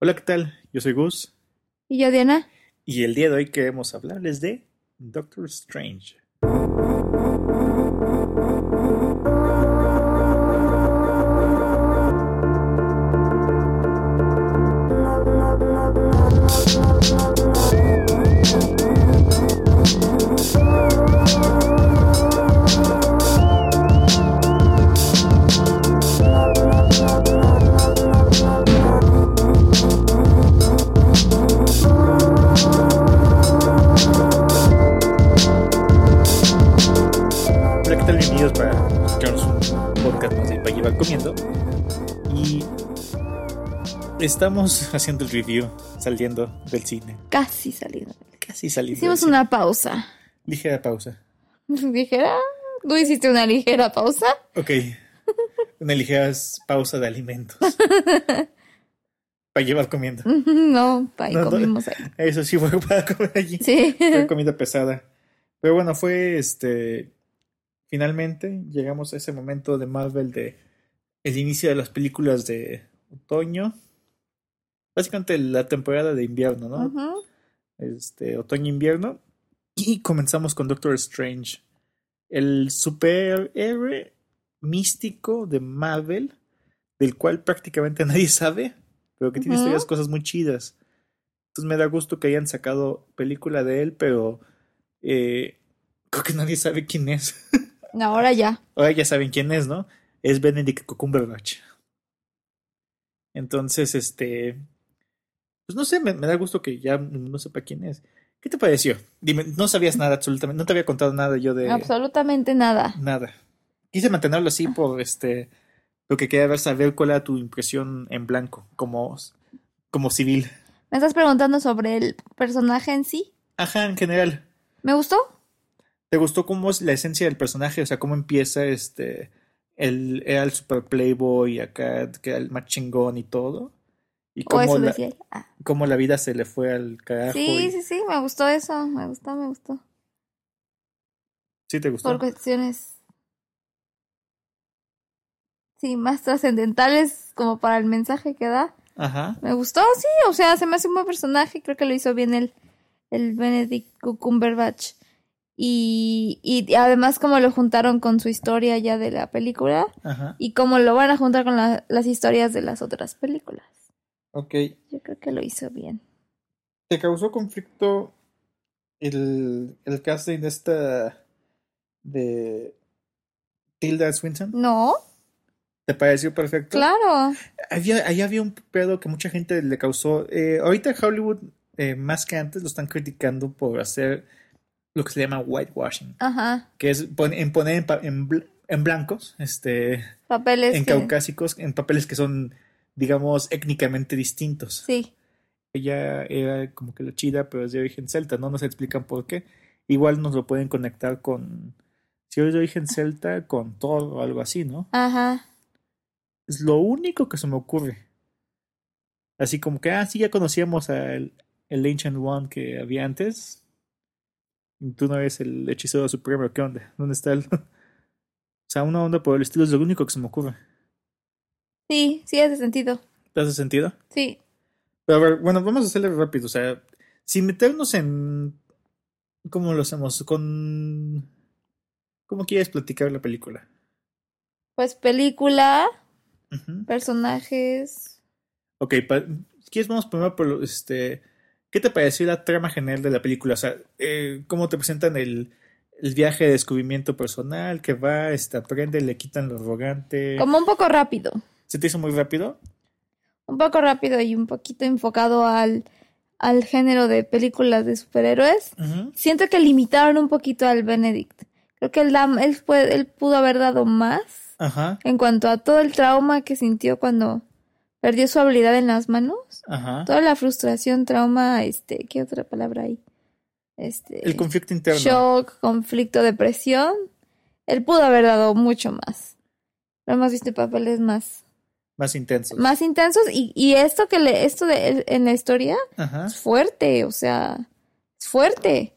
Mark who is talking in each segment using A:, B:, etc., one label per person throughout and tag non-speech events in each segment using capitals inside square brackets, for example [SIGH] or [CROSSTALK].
A: Hola, ¿qué tal? Yo soy Gus
B: Y yo, Diana.
A: y el día de hoy queremos hablarles de Doctor Strange. Hola, ¿qué tal? Bienvenidos para escucharnos un podcast más de Pa' llevar comiendo. Y estamos [LAUGHS] haciendo el review, saliendo del cine.
B: Casi salido.
A: Casi salimos.
B: Hicimos una pausa. [LAUGHS]
A: ligera pausa.
B: ¿Ligera? ¿Tú hiciste una ligera pausa? [LAUGHS]
A: Ok. Una ligera pausa de
B: [LAUGHS]
A: alimentos. Para llevar comiendo.
B: No, pa, y
A: No, no.
B: comimos
A: [LAUGHS]
B: ahí.
A: Eso sí fue para comer allí.
B: Sí. [LAUGHS]
A: Fue comida pesada. Pero bueno, fue este. Finalmente llegamos a ese momento de Marvel de el inicio de las películas de otoño. Básicamente la temporada de invierno,
B: [LAUGHS]
A: ¿no?
B: Ujú.
A: Este, otoño-invierno. Y comenzamos con Doctor Strange. El superhéroe místico de Marvel, del cual prácticamente [LAUGHS] nadie sabe, pero que tiene
B: Ujú.
A: historias, cosas muy chidas. Entonces me da gusto que hayan sacado película de él, pero eh, creo que nadie sabe quién es.
B: Ahora ya.
A: Ahora ya saben quién es, ¿no? Es Benedict Cumberbatch. Entonces, este. Pues no sé, me, me da gusto que ya no sepa quién es. ¿Qué te pareció? Dime, no sabías nada absolutamente, no te había contado nada yo de
B: Absolutamente nada.
A: nada. Quise mantenerlo así por este. Lo que quería ver, saber cuál era tu impresión en blanco, como, como civil.
B: ¿Me estás preguntando sobre el personaje en sí?
A: Ajá, en general.
B: ¿Me gustó?
A: ¿Te gustó cómo es la esencia del personaje? O sea, cómo empieza este. El, era el super playboy acá, que era el más chingón y todo. Y
B: ¿O
A: cómo,
B: eso
A: la,
B: decía ella? Ah.
A: cómo la vida se le fue al carajo.
B: Sí,
A: y-
B: sí, sí, me gustó eso. Me gustó, me gustó.
A: ¿Sí te gustó.
B: Por cuestiones. Sí, más trascendentales como para el mensaje que da.
A: Ajá.
B: Me gustó, sí, o sea, se me hace un buen personaje, creo que lo hizo bien el, el Benedict Cumberbatch. Y, y además como lo juntaron con su historia ya de la película
A: Ajá.
B: y como lo van a juntar con la- las historias de las otras películas.
A: Ok.
B: Yo creo que lo hizo bien.
A: ¿Te causó conflicto el, el casting de esta. de. Tilda Swinton?
B: No,
A: ¿Te pareció perfecto?
B: claro.
A: Había, ahí había un pedo que mucha gente le causó. eh, ahorita Hollywood, eh, más que antes, lo están criticando por hacer lo que se llama whitewashing,
B: Ajá.
A: que es pon- en poner en, pa- en bl- en blancos, este,
B: Papeles.
A: en
B: que-
A: caucásicos, en papeles que son, digamos, étnicamente distintos.
B: Sí.
A: Ella era como que la chida, pero es de origen celta, ¿no? Nos explican por qué. Igual nos lo pueden conectar con, si es de origen
B: Ah.
A: celta, con Thor o algo así, ¿no?
B: Ajá.
A: Es lo único que se me ocurre. Así como que, ah, sí, ya conocíamos al el Ancient One que había antes. Y tú no eres el hechicero supremo, ¿qué onda? ¿Dónde está el...? [LAUGHS] o sea, una onda por el estilo es lo único que se me ocurre.
B: Sí, sí hace sentido.
A: ¿Te hace sentido?
B: Sí.
A: Pero a ver, bueno, vamos a hacerle rápido. O sea, sin meternos en... ¿Cómo lo hacemos? Con... ¿Cómo quieres platicar la película?
B: Pues película,
A: Ujú.
B: personajes.
A: Ok, pa- si ¿quieres vamos primero por lo- este? ¿Qué te pareció la trama general de la película? O sea, eh, ¿cómo te presentan el, el viaje de descubrimiento personal que va, este, aprende, le quitan lo arrogante?
B: Como un poco rápido.
A: ¿Se te hizo muy rápido?
B: un poco rápido y un poquito enfocado al, al género de películas de superhéroes.
A: Ujú.
B: Siento que limitaron un poquito al Benedict. Creo que él, da- él, fue- él pudo haber dado más
A: Ajá,
B: en cuanto a todo el trauma que sintió cuando perdió su habilidad en las manos.
A: ajá.
B: Toda la frustración, trauma, este, ¿qué otra palabra hay? Este,
A: El conflicto interno.
B: shock, conflicto, depresión. Él pudo haber dado mucho más. Lo hemos visto en papeles más
A: Más intenso.
B: más intensos y, y esto que le, esto de, en la historia
A: Ajá.
B: es fuerte, o sea, es fuerte.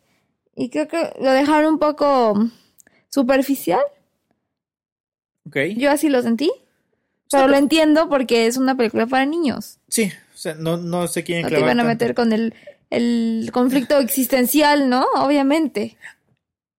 B: Y creo que lo dejaron un poco superficial,
A: Ok.
B: yo así lo sentí. Pero lo entiendo porque es una película para niños.
A: Sí, o sea, no, no sé quién
B: No te iban a meter con el, el conflicto existencial, ¿no? Obviamente.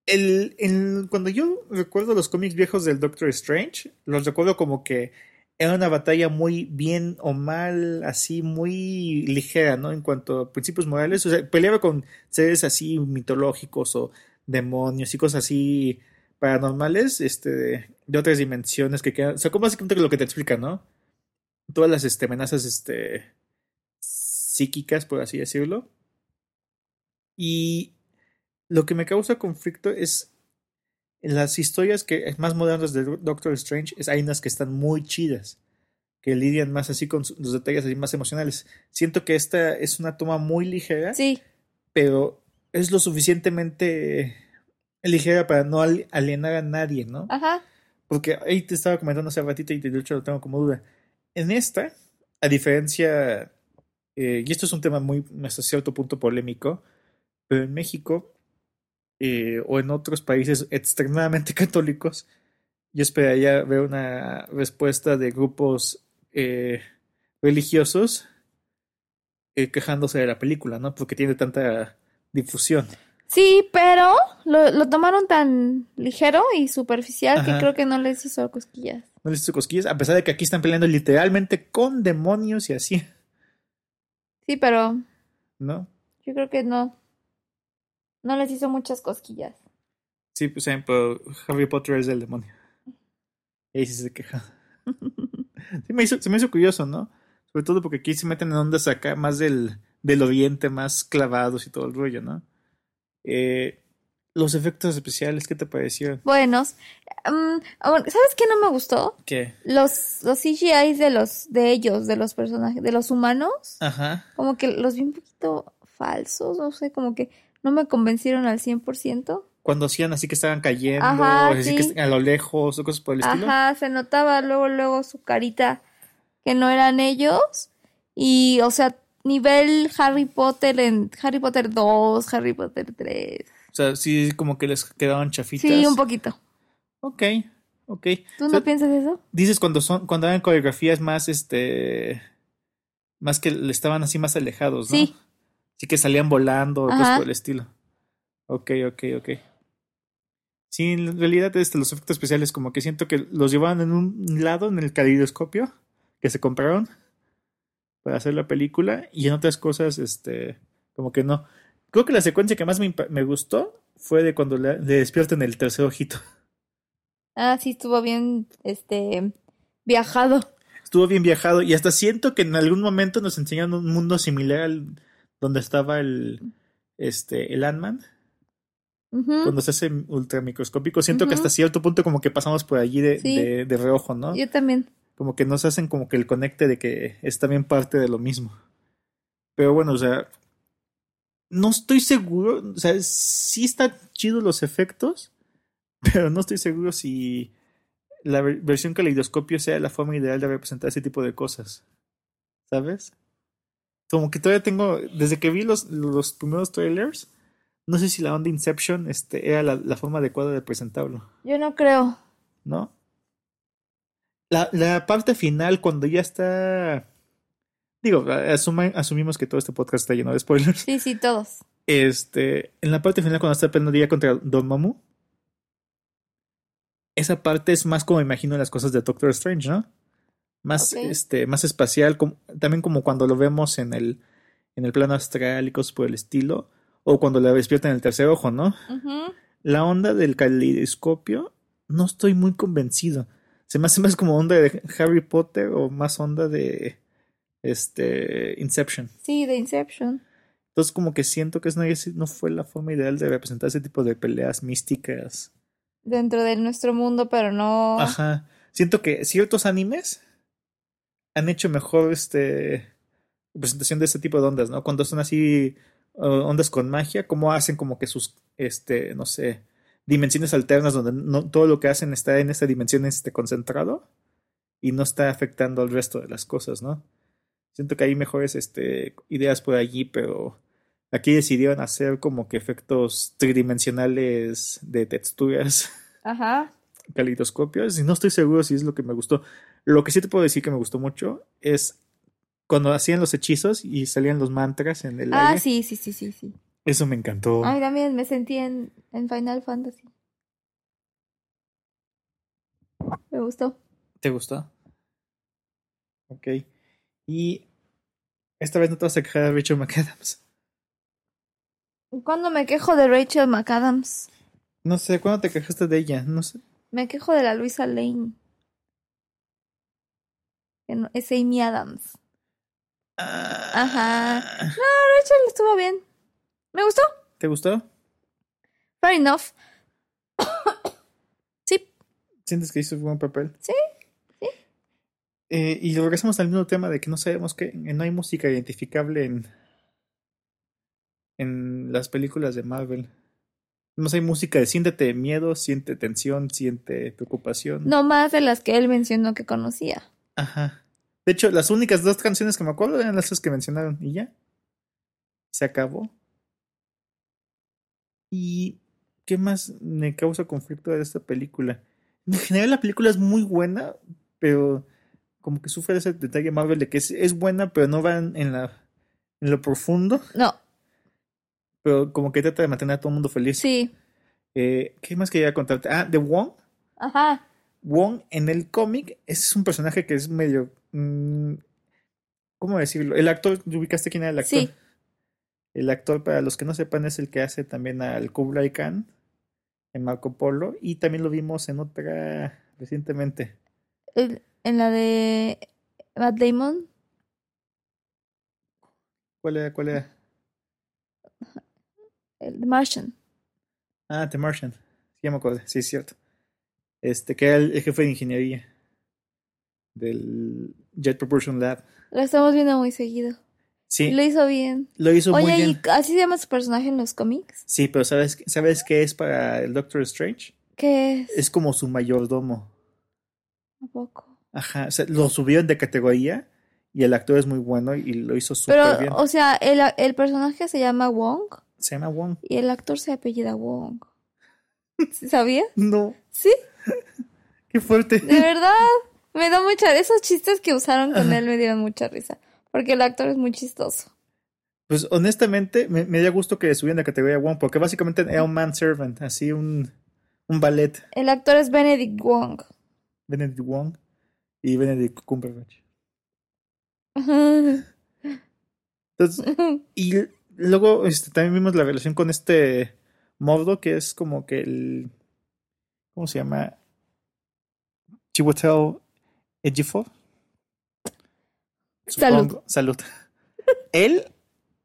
A: el, el- cuando yo recuerdo los cómics viejos del Doctor Strange, los recuerdo como que era una batalla muy bien o mal, así muy ligera, ¿no? En cuanto a principios morales, o sea, peleaba con seres así mitológicos o demonios y cosas así paranormales, este, de otras dimensiones que quedan, o sea, como básicamente lo que te explica, ¿no? Todas las este, amenazas, este, psíquicas, por así decirlo. Y, lo que me causa conflicto es en las historias que eh, más modernas de Doctor Strange es hay unas que están muy chidas que lidian más así con su- los detalles así más emocionales siento que esta es una toma muy ligera
B: Sí.
A: pero es lo suficientemente ligera para no al- alienar a nadie no
B: Ajá.
A: porque ahí te estaba comentando hace ratito y de hecho lo tengo como duda. En esta, a diferencia, eh, y esto es un tema muy hasta cierto punto polémico, pero en México eh, o en otros países extremadamente [LAUGHS] católicos, yo esperaría ver una respuesta de grupos eh, religiosos eh, quejándose de la película, ¿no? Porque tiene tanta difusión.
B: Sí, pero lo, lo tomaron tan ligero y superficial que
A: Ajá.
B: creo que no les hizo cosquillas.
A: No les hizo cosquillas, a pesar de que aquí están peleando literalmente con demonios y así,
B: Sí, pero
A: ¿no?
B: yo creo que no. No les hizo muchas cosquillas.
A: Sí, pues, por ejemplo, Harry Potter es el demonio. Y ahí sí se queja. [LAUGHS] Sí, me hizo, se me hizo curioso, ¿no? Sobre todo porque aquí se meten en ondas acá más del, del oriente, más clavados y todo el rollo, ¿no? Eh, los efectos especiales, ¿qué te parecieron?
B: Buenos. Mm, ahora, ¿Sabes qué no me gustó?
A: ¿Qué?
B: Los, los CGIs de los, de ellos, de los personajes, de los humanos,
A: Ajá.
B: como que los vi un poquito falsos, no sé, como que no me convencieron al 100%.
A: Cuando hacían así que estaban cayendo,
B: Ajá,
A: así que
B: sí.
A: est- a lo lejos o cosas por el estilo.
B: Ajá, se notaba luego, luego su carita que no eran ellos. Y, o sea, nivel Harry Potter en Harry Potter 2, Harry Potter 3.
A: O sea, sí, como que les quedaban chafitas.
B: Sí, un poquito.
A: Ok, ok.
B: ¿Tú
A: O sea,
B: no piensas eso?
A: Dices cuando son, cuando eran coreografías más, este, más que le estaban así más alejados, ¿no?
B: Sí.
A: Así que salían volando, o
B: Ajá.
A: cosas por el estilo. Ok, ok, ok. Sí, en realidad este, los efectos especiales como que siento que los llevaban en un lado, en el caleidoscopio, que se compraron para hacer la película, y en otras cosas, este, como que no. Creo que la secuencia que más me, impa- me gustó fue de cuando le, le despiertan el tercer ojito.
B: Ah, sí, estuvo bien, este, viajado.
A: estuvo bien viajado y hasta siento que en algún momento nos enseñan un mundo similar al donde estaba el este el Ant-Man
B: Ujú.
A: cuando se hace ultramicroscópico siento que
B: Ujú.
A: hasta cierto punto como que pasamos por allí de,
B: Sí.
A: de, de reojo no
B: Yo también.
A: como que nos hacen como que el conecte de que es también parte de lo mismo pero bueno o sea no estoy seguro o sea sí están chidos los efectos [LAUGHS] pero no estoy seguro si la ver- versión caleidoscopio sea la forma ideal de representar ese tipo de cosas. ¿Sabes? Como que todavía tengo, desde que vi los, los primeros trailers, no sé si la onda Inception este, era la, la forma adecuada de presentarlo,
B: Yo no creo.
A: ¿no? La, la parte final, cuando ya está... Digo, asuma- asumimos que todo este podcast está lleno de spoilers. [LAUGHS]
B: Sí, sí, todos.
A: Este, en la parte final cuando está peleando ya contra Don Mamu, esa parte es más como imagino las cosas de Doctor Strange, ¿no? Más,
B: Ok.
A: este, más espacial, como- también como cuando lo vemos en el, en el plano astral y cosas por el estilo, o cuando la despierta en el tercer ojo, ¿no?
B: Ujú.
A: La onda del caleidoscopio, no estoy muy convencido. Se me hace más como onda de Harry Potter o más onda de, este, Inception.
B: Sí, de Inception.
A: Entonces como que siento que es no, es- no fue la forma ideal de representar ese tipo de peleas místicas.
B: Dentro de nuestro mundo, pero no.
A: Ajá. Siento que ciertos animes han hecho mejor este representación de este tipo de ondas, ¿no? Cuando son así uh, ondas con magia, cómo hacen como que sus este, no sé, dimensiones alternas donde no, todo lo que hacen está en esta dimensión este concentrado y no está afectando al resto de las cosas, ¿no? Siento que hay mejores este, ideas por allí, pero aquí decidieron hacer como que efectos tridimensionales de texturas
B: Ajá.
A: caleidoscopios y no estoy seguro si es lo que me gustó. Lo que sí te puedo decir que me gustó mucho es cuando hacían los hechizos y salían los mantras en el
B: Ah,
A: aire.
B: sí, sí, sí, sí, sí.
A: Eso me encantó.
B: Ay, también me sentí en, en Final Fantasy. Me gustó.
A: ¿Te gustó? Ok. Y esta vez no te vas a quejar de Rachel McAdams.
B: ¿Cuándo me quejo de Rachel McAdams?
A: No sé, ¿cuándo te quejaste de ella? No sé.
B: Me quejo de la Luisa Lane. Que no- es Amy Adams. Ah. Ajá.
A: Ah.
B: Rachel estuvo bien. Me gustó.
A: ¿Te gustó?
B: Fair enough. sí.
A: ¿Sientes que hizo un buen papel?
B: Sí, sí.
A: Eh, y regresamos al mismo tema de que no sabemos que no hay música identificable en, en las películas de Marvel. No hay música de siéntete miedo, siente tensión, siente preocupación.
B: No más de las que él mencionó que conocía.
A: Ajá. De hecho, las únicas dos canciones que me acuerdo eran las dos que mencionaron. Y ya. Se acabó. ¿Y qué más me causa conflicto de esta película? En general, la película es muy buena, pero como que sufre de ese detalle Marvel de que es, es buena, pero no va en, en la, en lo profundo.
B: No,
A: Pero como que trata de mantener a todo el mundo feliz.
B: sí.
A: Eh, ¿Qué más quería contarte? Ah, de Wong.
B: Ajá.
A: Wong en el cómic es un personaje que es medio. mm, ¿Cómo decirlo? El actor, ¿te ¿ubicaste quién era el actor?
B: Sí.
A: El actor, para los que no sepan, es el que hace también al Kublai Khan en Marco Polo y también lo vimos en otra recientemente.
B: El- en la de Matt Damon.
A: ¿Cuál era? ¿Cuál era?
B: El de Martian.
A: Ah, The Martian. Sí, ya me acuerdo. Sí, es cierto. Este, que era el, el jefe de ingeniería del Jet Propulsion Lab.
B: Lo estamos viendo muy seguido.
A: Sí,
B: Y lo
A: lo,
B: hizo bien.
A: hizo muy
B: Oye,
A: bien.
B: ¿y así se llama su personaje en los cómics?
A: Sí, pero ¿sabes, ¿sabes qué es para el Doctor Strange?
B: ¿Qué es?
A: es como su mayordomo.
B: ¿A poco?
A: Ajá, o sea, lo subieron de categoría y el actor es muy bueno y lo hizo súper bien.
B: Pero, o sea, el, el personaje se llama Wong
A: Se llama Wong.
B: y el actor se
A: [LAUGHS]
B: apellida Wong. ¿Sí ¿Sabías?
A: No,
B: Sí,
A: [LAUGHS] qué fuerte.
B: de verdad. Me da mucha... Esos chistes que usaron con
A: Ajá.
B: él me dieron mucha risa. Porque el actor es muy chistoso.
A: Pues honestamente, me, me da gusto que subieron de categoría Wong, porque básicamente era un manservant, así un, un ballet.
B: El actor es Benedict Wong.
A: [LAUGHS] Benedict Wong y Benedict Cumberbatch. Entonces, Y l- luego este, también vimos la relación con este Mordo, que es como que el. ¿Cómo se llama? Chiwetel Ejiofor.
B: Salud.
A: Supongo-
B: [LAUGHS]
A: Salud. Él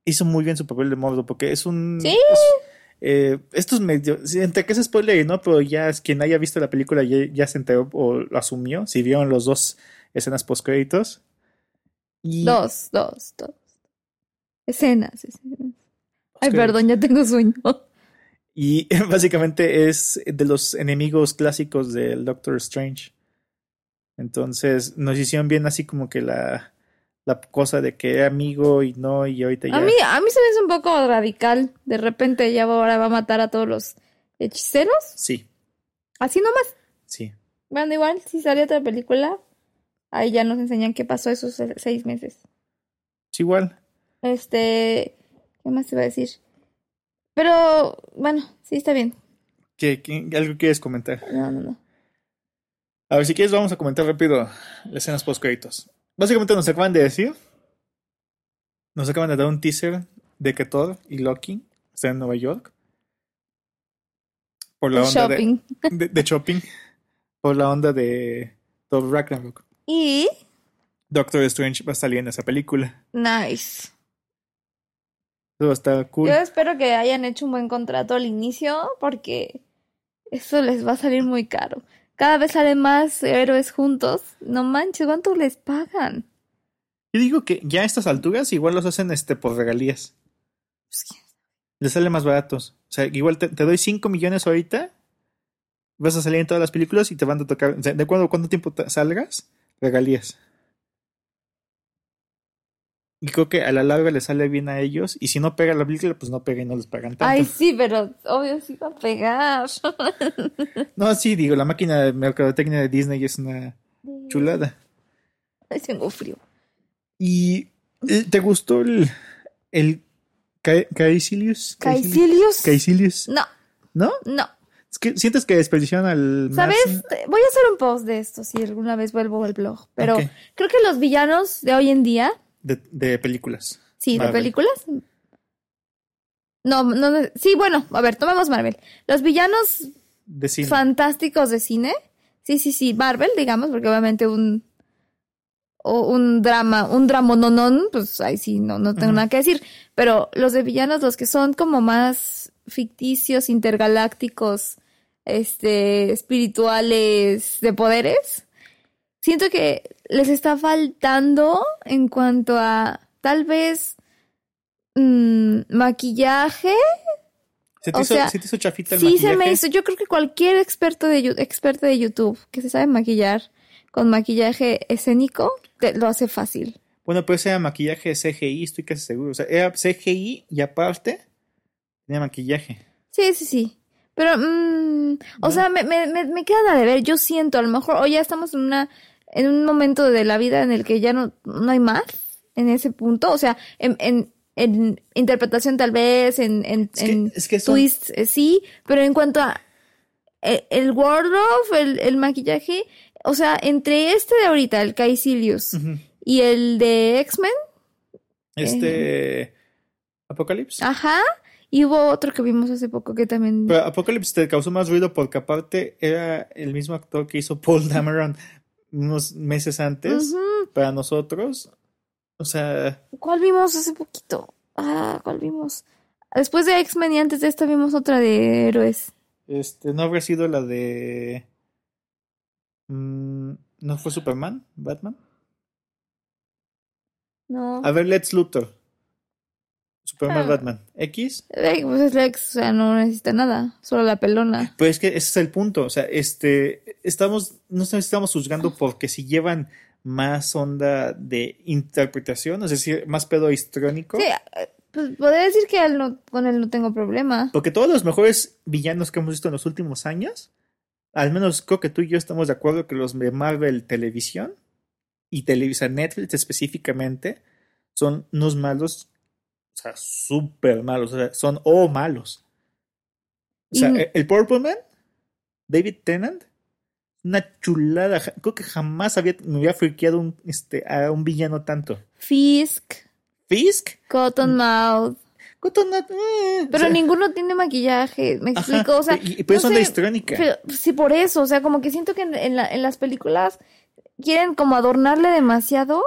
A: hizo muy bien su papel de Mordo, porque es un.
B: Sí.
A: es- eh, estos medios. Entre que es spoiler y no, pero ya es quien haya visto la película ya, ya se enteró o lo asumió. Si vieron los dos escenas postcréditos. Y
B: Dos, dos, dos. Escenas, escenas. Ay,
A: postcréditos.
B: perdón, ya tengo sueño.
A: Y [LAUGHS] básicamente es de los enemigos clásicos del Doctor Strange. Entonces nos hicieron bien así como que la, la cosa de que era amigo y no, y ahorita ya.
B: A mí, a mí se me hace un poco radical. De repente ya ahora va a matar a todos los hechiceros.
A: Sí,
B: Así nomás.
A: sí.
B: Bueno, igual, si sale otra película, ahí ya nos enseñan qué pasó esos se- seis meses.
A: Es igual.
B: Este, ¿qué más te iba a decir? Pero, bueno, sí, está bien.
A: ¿Qué, qué- algo quieres comentar?
B: No, no, no.
A: A ver, si quieres, vamos a comentar rápido las escenas post-créditos. Básicamente nos acaban de decir. Nos acaban de dar un teaser de que Thor y Loki están en Nueva York. Por la onda de,
B: Shopping.
A: de, de shopping por la onda de Thor Ragnarok.
B: Y,
A: Doctor Strange va a salir en esa película.
B: nice.
A: Eso va a estar cool.
B: Yo espero que hayan hecho un buen contrato al inicio porque eso les va a salir muy caro. Cada vez salen más héroes juntos. No manches, ¿cuánto les pagan?
A: Yo digo que ya a estas alturas igual los hacen este por regalías.
B: Pues, ¿quién
A: Les sale más baratos. O sea, igual te, te doy 5 millones ahorita. Vas a salir en todas las películas y te van a tocar. o sea, de acuerdo a cuánto tiempo te- salgas, regalías. Y creo que a la larga les sale bien a ellos. Y si no pega la película, pues no pega y no les pagan tanto.
B: Ay, sí, pero obvio sí va a pegar.
A: No, sí, digo, la máquina de mercadotecnia de Disney es una chulada.
B: Ay, tengo frío.
A: ¿Y eh, te gustó el, el Ca- Caecilius?
B: ¿Caecilius?
A: Caecilius.
B: No,
A: ¿No?
B: no.
A: Es que sientes que desperdiciaron al.
B: ¿Sabes?
A: más-
B: Te- Voy a hacer un post de esto si alguna vez vuelvo al blog. Pero
A: Ok.
B: creo que los villanos de hoy en día,
A: De, de películas.
B: sí, de
A: Marvel.
B: películas. No, no, no- sí, bueno, a ver, tomemos Marvel. Los villanos
A: De cine.
B: fantásticos de cine. Sí, sí, sí, Marvel, digamos, porque obviamente un o un drama, un dramononón, pues ahí sí no no tengo
A: Ujú.
B: nada que decir, pero los de villanos los que son como más ficticios, intergalácticos, este espirituales de poderes. Siento que les está faltando en cuanto a tal vez mm, maquillaje
A: ¿Se te,
B: o
A: hizo,
B: sea,
A: se te hizo chafita el
B: Sí, se me
A: maquillaje?
B: hizo. Yo creo que cualquier experto de, Yu- experto de YouTube que se sabe maquillar con maquillaje escénico te- lo hace fácil.
A: Bueno, pero ese era maquillaje CGI, estoy casi seguro. O sea, era CGI y aparte tenía maquillaje.
B: Sí, sí, sí. Pero, mm, o
A: No.
B: sea, me, me, me, me queda de ver. Yo siento, a lo mejor, o ya estamos en, una, en un momento de la vida en el que ya no, no hay más en ese punto. O sea, en, en, en interpretación tal vez, en, en,
A: Es que-
B: en
A: es que son-
B: twists, eh, sí, pero en cuanto a el, el wardrobe, el, el maquillaje, o sea, entre este de ahorita, el Caecilius,
A: Ujú.
B: y el de X-Men, Eh.
A: Este. Apocalypse.
B: ajá, y hubo otro que vimos hace poco que también...
A: Pero Apocalypse te causó más ruido porque aparte era el mismo actor que hizo Paul Dameron unos meses antes
B: Ujú.
A: para nosotros. O sea,
B: ¿Cuál vimos hace poquito? Ah, ¿cuál vimos? Después de X-Men y antes de esta vimos otra de héroes.
A: este no habría sido la de mm, no fue Superman, Batman.
B: No.
A: A ver, Let's Luthor. Superman,
B: Ah.
A: Batman. X.
B: Eh, Pues es Lex, o sea, no necesita nada, solo la pelona.
A: Pero Pues es que ese es el punto. O sea, este, estamos, no estamos juzgando porque si llevan más onda de interpretación, es decir, más pedo histrónico.
B: Sí, eh, pues podría decir que él no- con él no tengo problema.
A: Porque todos los mejores villanos que hemos visto en los últimos años, al menos creo que tú y yo estamos de acuerdo que los de Marvel Televisión y Televisa Netflix específicamente son unos malos, o sea, súper malos, o sea, son o malos. O sea, e-,
B: Y-
A: el- el Purple Man, David Tennant, una chulada. ja- Creo que jamás había, me había friqueado un, este, a un villano tanto.
B: Fisk,
A: Fisk,
B: Cottonmouth,
A: Cottonmouth, eh,
B: pero
A: o sea,
B: ninguno tiene maquillaje, me
A: ajá,
B: explico, o sea,
A: y- y- pero
B: no
A: son de
B: sé,
A: histrónica.
B: pero- sí, por eso, o sea, como que siento que en, en la- en las películas quieren como adornarle demasiado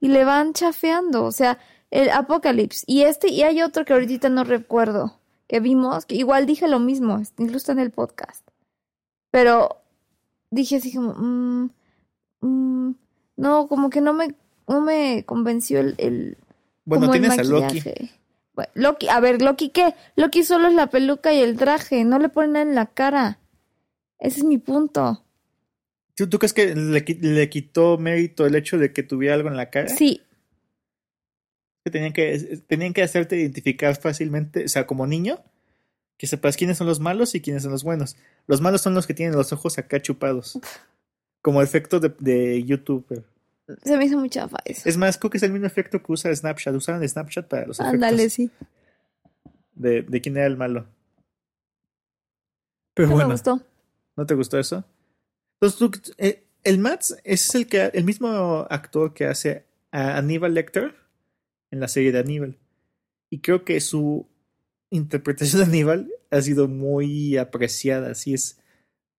B: y le van chafeando, o sea, el Apocalypse y este, y hay otro que ahorita no recuerdo, que vimos, que igual dije lo mismo, este, incluso está en el podcast, pero dije así como, mm, mm, no, como que no me, no me convenció el- el
A: Bueno,
B: como el
A: tienes a Loki.
B: maquillaje. Bueno, Loki, a ver, Loki, ¿qué? Loki solo es la peluca y el traje, no le ponen nada en la cara. Ese es mi punto.
A: ¿Tú, tú crees que le, qui- le quitó mérito el hecho de que tuviera algo en la cara?
B: Sí,
A: Que tenían que, tenían que hacerte identificar fácilmente, o sea, como niño, que sepas quiénes son los malos y quiénes son los buenos. Los malos son los que tienen los ojos acá chupados. Como efecto de, de youtuber.
B: se me hizo muy chafa eso.
A: Es más, creo que es el mismo efecto que usa Snapchat. Usaron Snapchat para los efectos
B: Ándale, sí.
A: de, de quién era el malo. Pero
B: No
A: bueno,
B: me gustó.
A: ¿no te gustó eso? Entonces tú, eh, el Mats es el que el mismo actor que hace a Aníbal Lecter en la serie de Aníbal. Y creo que su interpretación de Aníbal ha sido muy apreciada. Así es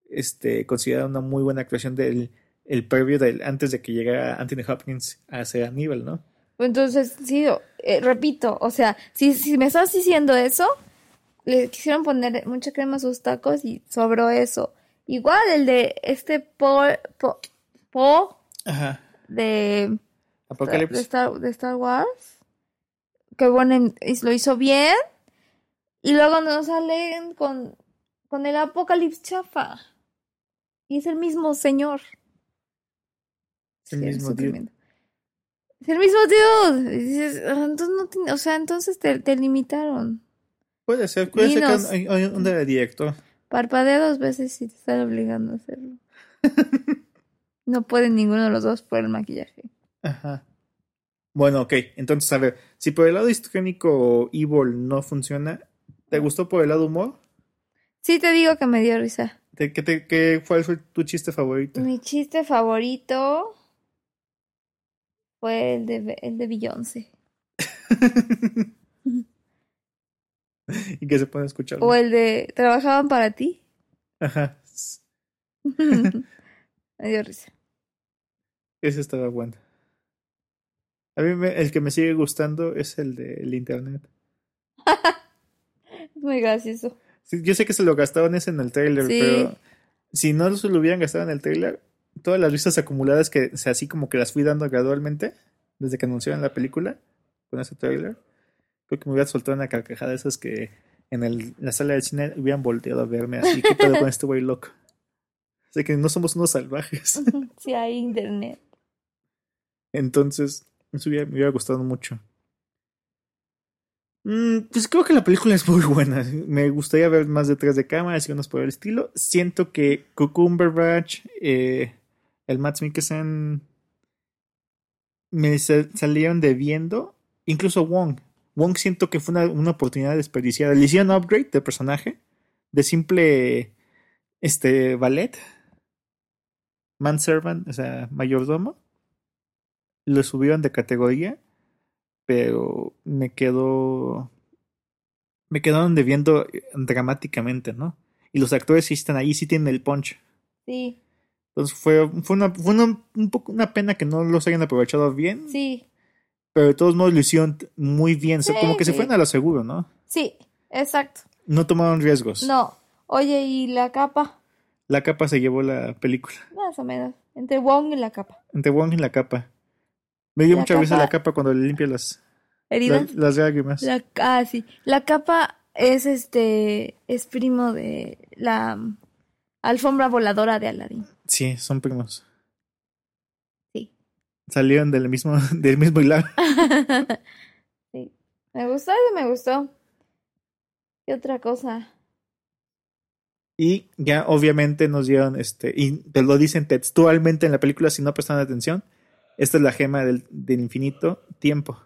A: este, considerada una muy buena actuación del el previo del, antes de que llegara Anthony Hopkins a ser Aníbal, ¿no?
B: Entonces, sí, o- eh, repito, o sea, si, si me estás diciendo eso, le quisieron poner mucha crema a sus tacos y sobró eso. Igual el de este Po, po, po
A: Ajá.
B: de Eh, de
A: Apocalipsis.
B: Star, de Star Wars. Que bueno, en- es- lo hizo bien. Y luego nos salen con, con el Apocalipsis chafa. Y es el mismo señor.
A: El
B: Sí,
A: mismo
B: está
A: dude.
B: tremendo. Es el mismo dude. Y dices, "Ah, entonces no tiene- o sea, entonces te, te limitaron.
A: Puede ser, puede ser
B: Dinos.
A: que hay- hay un de director.
B: Parpadea dos veces y te
A: [LAUGHS]
B: están obligando a hacerlo. no pueden ninguno de los dos por el maquillaje.
A: Ajá. Bueno, ok. Entonces, a ver, si por el lado histriónico Evil no funciona, ¿te gustó por el lado humor?
B: Sí, te digo que me dio risa.
A: ¿Te- ¿Qué, te- qué fue el- tu chiste favorito?
B: [LAUGHS] Mi chiste favorito fue el de, el de Beyoncé.
A: y que se puede escuchar.
B: O el de Trabajaban para ti. [LAUGHS]
A: Ajá.
B: me dio risa.
A: Ese estaba bueno. A mí me- el que me sigue gustando es el del internet.
B: Es muy gracioso. [LAUGHS]
A: Sí, yo sé que se lo gastaron ese en el trailer,
B: Sí.
A: pero si no se lo hubieran gastado en el trailer, todas las vistas acumuladas que, o sea, así como que las fui dando gradualmente, desde que anunciaron la película, con ese trailer, creo que me hubiera soltado una carcajada de esas que en el- la sala del cine hubieran volteado a verme así, ¿qué pedo con este güey loco? Así que no somos unos salvajes.
B: Sí, hay internet.
A: Entonces, eso hubiera- me hubiera gustado mucho. Mm, pues creo que la película es muy [LAUGHS] buena. Me gustaría ver más detrás de cámaras y unos por el estilo. Siento que Cucumberbatch, eh, el Matt Mikkelsen, me sa- salieron debiendo. Incluso Wong. Wong siento que fue una, una oportunidad desperdiciada. Le hicieron upgrade de personaje, de simple este ballet, manservant, o sea, mayordomo lo subieron de categoría, pero me quedó. Me quedaron debiendo eh, dramáticamente, ¿no? Y los actores sí están ahí, sí tienen el punch.
B: Sí,
A: Entonces fue, fue, una, fue una, un poco una pena que no los hayan aprovechado bien,
B: sí,
A: pero de todos modos lo hicieron t- muy bien. O sea,
B: Sí,
A: como que se
B: sí.
A: fueron a lo seguro, ¿no?
B: sí, exacto.
A: No tomaron riesgos.
B: No. Oye, ¿y la capa?
A: La capa se llevó la película.
B: Más o menos. Entre Wong y la capa.
A: Entre Wong y la capa. Me dio
B: La
A: mucha risa
B: capa-
A: la capa cuando le limpia las,
B: ¿Herida?
A: las- las lágrimas.
B: La, ah, sí. La capa es este. Es primo de la mm, alfombra voladora de Aladdin.
A: Sí, son primos.
B: Sí.
A: Salieron del mismo, [LAUGHS] del mismo hilar.
B: [LAUGHS] Sí. Me gustó, ese me gustó. ¿Qué otra cosa?
A: Y ya obviamente nos dieron este, y te lo dicen textualmente en la película si no prestan atención. Esta es la gema del, del infinito tiempo.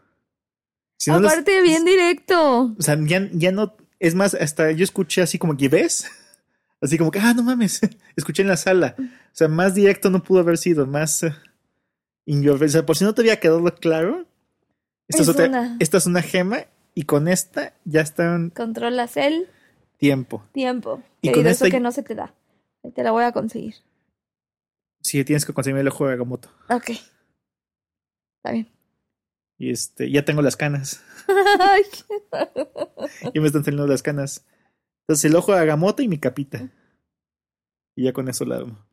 A: Si no los-
B: Aparte, bien directo.
A: o sea, ya, ya no, es más, hasta yo escuché así como que ves, [LAUGHS] así como que, ah, no mames, [LAUGHS] escuché en la sala. O sea, más directo no pudo haber sido, más... eh, in your face. O sea, por si no te había quedado claro, esta es,
B: Es
A: otra-
B: una.
A: esta es una gema y con esta ya está en
B: Controlas el
A: tiempo.
B: tiempo.
A: Y
B: Y
A: con
B: eso
A: esta-
B: que no se te da. Ahí Te la voy a conseguir.
A: Si tienes que conseguir el ojo de Agamotto.
B: Ok. [LAUGHS] Está bien.
A: Y este, ya tengo las canas.
B: Ay,
A: Ya me están saliendo las canas. Entonces el ojo de Agamotto y mi capita. Y ya con eso la armo.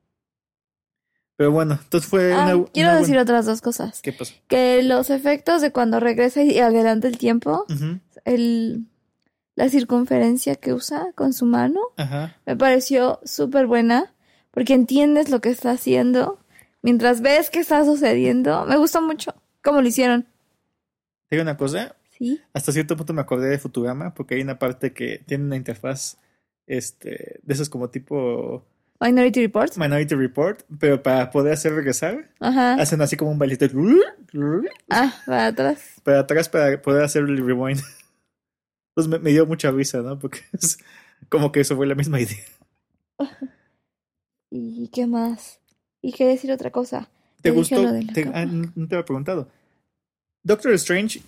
A: Pero bueno, entonces fue
B: Ah,
A: Eh, una,
B: quiero
A: una
B: decir
A: buena-
B: otras dos cosas.
A: ¿Qué pasó?
B: Que los efectos de cuando regresa y adelanta el tiempo,
A: Ujú,
B: el, la circunferencia que usa con su mano,
A: Ajá.
B: me pareció súper buena porque entiendes lo que está haciendo mientras ves que está sucediendo. Me gustó mucho cómo lo hicieron.
A: Te digo una cosa.
B: Sí,
A: Hasta cierto punto me acordé de Futurama porque hay una parte que tiene una interfaz este, de esos como tipo
B: Minority Report.
A: Minority Report, pero para poder hacer regresar,
B: Ajá.
A: hacen así como un bailito
B: Ah, para atrás.
A: para atrás para poder hacer el rewind. [LAUGHS] Entonces me, me dio mucha risa, ¿no? Porque [LAUGHS] es como que eso fue la misma idea.
B: ¿Y qué más? Y quería decir otra cosa.
A: ¿Te
B: Ya dije
A: gustó?
B: lo de la
A: Te-
B: capa.
A: ah, no no te había preguntado. Doctor Strange,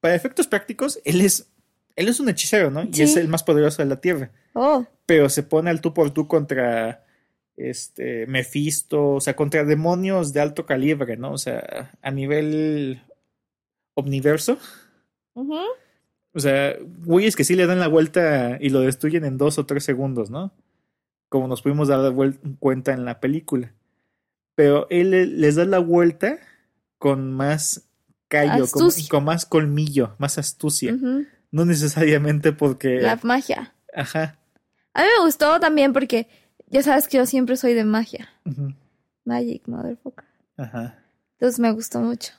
A: para efectos prácticos, él es, él es un hechicero, ¿no? Y
B: Sí.
A: es el más poderoso de la Tierra.
B: Oh,
A: Pero se pone al tú por tú contra este Mephisto, o sea, contra demonios de alto calibre, ¿no? O sea, a nivel omniverso.
B: ujú.
A: O sea, güeyes que sí le dan la vuelta y lo destruyen en dos o tres segundos, ¿no? Como nos pudimos dar la vuel- cuenta en la película. Pero él le- les da la vuelta con más callo, con,
B: Astucia.
A: con más colmillo, más astucia.
B: Ujú.
A: No necesariamente porque...
B: La magia.
A: Ajá.
B: A mí me gustó también porque ya sabes que yo siempre soy de magia.
A: ujú,
B: Magic, motherfucker.
A: Ajá.
B: Entonces me gustó mucho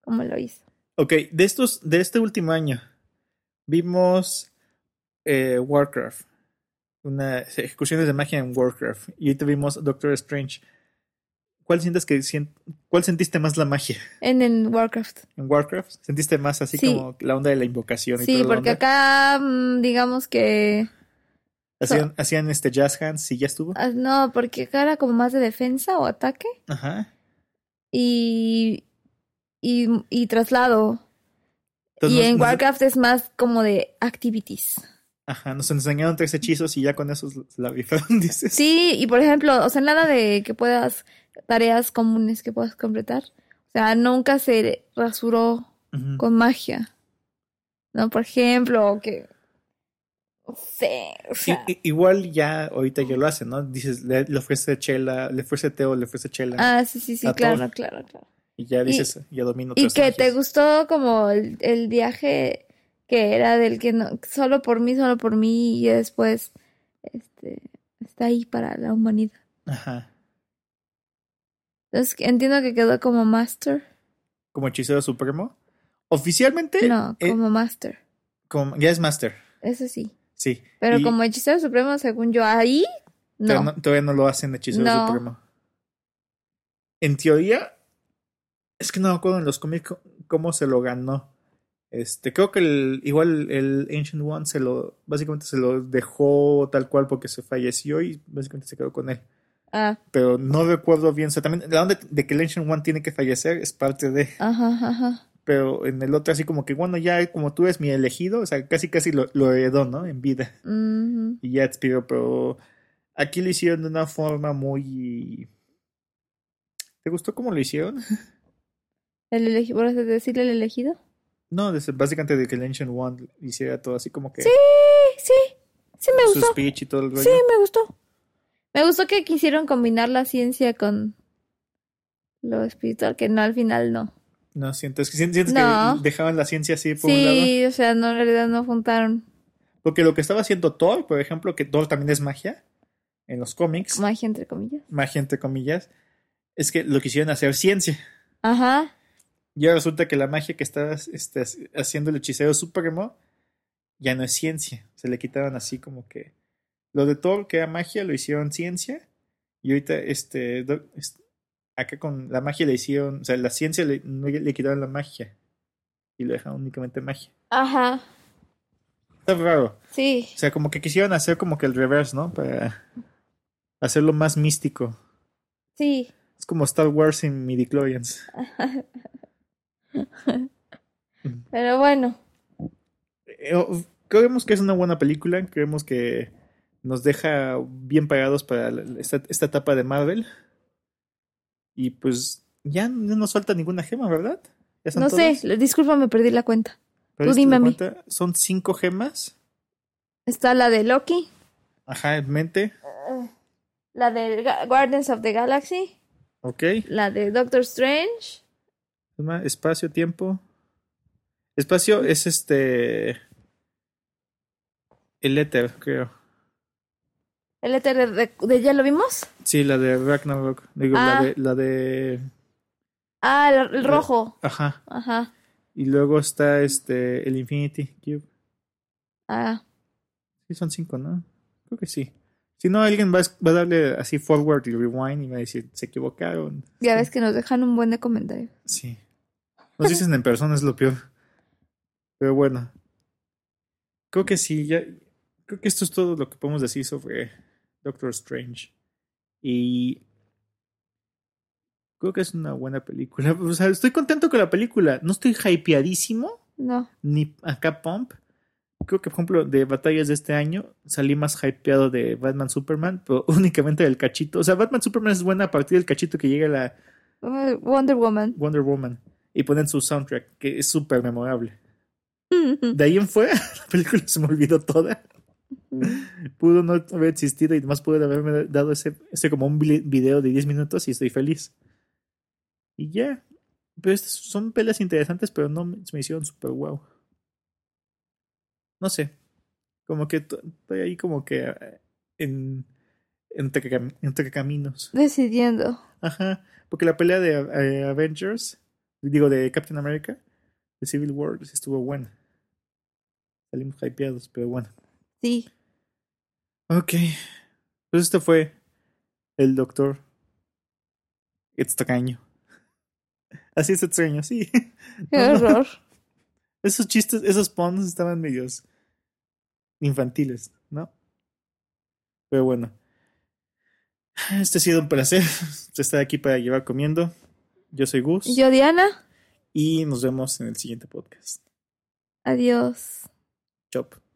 B: cómo lo hizo.
A: Ok, de estos, de este último año, vimos eh, Warcraft, una ejecuciones de magia en Warcraft, y ahorita vimos Doctor Strange. ¿Cuál sientes que sien- cuál sentiste más la magia
B: en el Warcraft.
A: en Warcraft? ¿Sentiste más así
B: Sí.
A: como la onda de la invocación y
B: Sí,
A: toda la
B: porque
A: onda?
B: acá, mm, digamos que.
A: hacían, hacían este jazz hands y ya estuvo.
B: ah, No, porque acá era como más de defensa o ataque.
A: Ajá.
B: Y. Y, y traslado.
A: Entonces
B: y
A: nos-
B: en
A: nos-
B: Warcraft es más como de activities.
A: Ajá, nos enseñaron tres hechizos y ya con esos la rifaron, [LAUGHS] dices.
B: Sí, y por ejemplo, o sea, nada de que puedas. Tareas comunes que puedas completar. O sea, nunca se rasuró
A: Ujú.
B: con magia. ¿No? Por ejemplo, que. No sé, o
A: I-
B: sea,
A: i- igual ya ahorita ya lo hacen, ¿no? Dices, le, le ofrece chela, le ofrece teo, le ofrece chela.
B: Ah, sí, sí, sí,
A: a
B: claro,
A: todos.
B: claro, claro.
A: y ya dices, ya domino
B: Y
A: tres
B: que te
A: magias.
B: gustó como el, el viaje que era del que no, solo por mí, solo por mí, y después este, está ahí para la humanidad.
A: Ajá.
B: Entonces entiendo que quedó como master.
A: Como hechicero supremo. Oficialmente,
B: No,
A: eh,
B: como master.
A: como- ya es master.
B: Eso sí.
A: Sí.
B: Pero
A: Y
B: como hechicero supremo, según yo, ahí
A: todavía
B: no.
A: no, todavía no lo hacen hechicero
B: No.
A: supremo. En teoría, es que no me acuerdo en los cómics co- cómo se lo ganó. Este, creo que el, igual el Ancient One se lo, básicamente se lo dejó tal cual porque se falleció y básicamente se quedó con él.
B: Ah,
A: pero no recuerdo bien. O sea, también la onda de que el Ancient One tiene que fallecer es parte de.
B: ajá, ajá, ajá.
A: Pero en el otro, así como que, bueno, ya como tú eres mi elegido, o sea, casi casi lo, lo heredó, ¿no? En vida.
B: Mm, Ujú.
A: Y ya expiró, pero aquí lo hicieron de una forma muy. ¿Te gustó cómo lo hicieron?
B: El elegido, ¿por eso decirle el elegido?
A: No, desde- básicamente de que el Ancient One hiciera todo así como que
B: Sí, sí, sí me
A: su
B: gustó.
A: speech y todo el rollo.
B: Sí, me gustó. Me gustó que quisieron combinar la ciencia con lo espiritual, que no al final no.
A: No, sientes, que- sientes
B: No.
A: que dejaban la ciencia así por un lado.
B: Sí, o sea, no, en realidad no juntaron
A: Porque lo que estaba haciendo Thor, por ejemplo, que Thor también es magia en los cómics.
B: magia, entre comillas.
A: magia entre comillas, es que lo quisieron hacer ciencia.
B: Ajá,
A: Y ahora resulta que la magia que estaba este, haciendo el hechicero supremo ya no es ciencia. Se le quitaron así como que lo de Thor, que era magia, lo hicieron ciencia. Y ahorita, este, do- es- acá con la magia le hicieron, o sea, la ciencia le, no le quitaron la magia. Y lo dejaron únicamente magia.
B: ajá,
A: Está raro.
B: sí.
A: O sea, como que quisieron hacer como que el reverse, ¿no? Para hacerlo más místico.
B: Sí,
A: Es como Star Wars en
B: [LAUGHS]
A: midichlorians.
B: pero bueno,
A: Eh, o- creemos que es una buena película, creemos que nos deja bien pagados para la- esta, esta etapa de Marvel. Y pues ya no nos falta ninguna gema, ¿verdad? ¿Ya son
B: no sé,
A: todas?
B: lo- discúlpame, perdí la cuenta.
A: Pero
B: tú
A: si te
B: dime
A: das
B: a mí.
A: cuenta, Son cinco gemas,
B: Está la de Loki,
A: ajá, en mente,
B: la de Ga- Guardians of the Galaxy,
A: ok.
B: la de Doctor Strange,
A: Toma, Espacio, tiempo. Espacio es este... El éter, creo.
B: el éter de, de- de- ya lo vimos.
A: Sí, la de Ragnarok. Digo,
B: Ah.
A: la, de, la de...
B: Ah, el, el rojo,
A: Ajá.
B: ajá,
A: Y luego está este el Infinity Cube.
B: ah,
A: Sí, son cinco, ¿no? Creo que sí. Si no, alguien va a, va a darle así forward y rewind y va a decir, se equivocaron.
B: ya ves que nos dejan un buen de comentarios.
A: Sí. [LAUGHS] Nos dicen en persona, es lo peor. Pero bueno. Creo que sí, ya. Creo que esto es todo lo que podemos decir sobre Doctor Strange. Y. Creo que es una buena película. [LAUGHS] O sea, estoy contento con la película. No estoy hypeadísimo.
B: No.
A: ni acá Pump. Creo que, por ejemplo, de batallas de este año salí más hypeado de Batman Superman, pero [LAUGHS] únicamente del cachito. O sea, Batman Superman es buena a partir del cachito que llega la
B: Eh, Wonder Woman.
A: Wonder Woman y ponen su soundtrack, que es súper memorable. De ahí en fuera, la película se me olvidó toda. Pudo no haber existido y más pudo haberme dado ese, ese como un vi- video de 10 minutos y estoy feliz. Y ya. Pero estas son peleas interesantes, pero no me, se me hicieron super wow. No sé. Como que to- estoy ahí como que eh, en, entre, cam- entre caminos.
B: Decidiendo.
A: Ajá. Porque la pelea de eh, Avengers, digo, de Captain America, de Civil War, sí estuvo buena. Salimos hypeados, pero bueno.
B: Sí.
A: Ok. Pues esto fue el doctor extraño. [LAUGHS] Así es extraño, sí. [LAUGHS]
B: Qué
A: No, no.
B: horror.
A: Esos chistes, esos puns estaban medios infantiles, ¿no? Pero bueno. Este ha sido un placer [LAUGHS] estar aquí para llevar comiendo. Yo soy Gus
B: Y Yo, Diana,
A: y nos vemos en el siguiente podcast.
B: adiós.
A: Chop.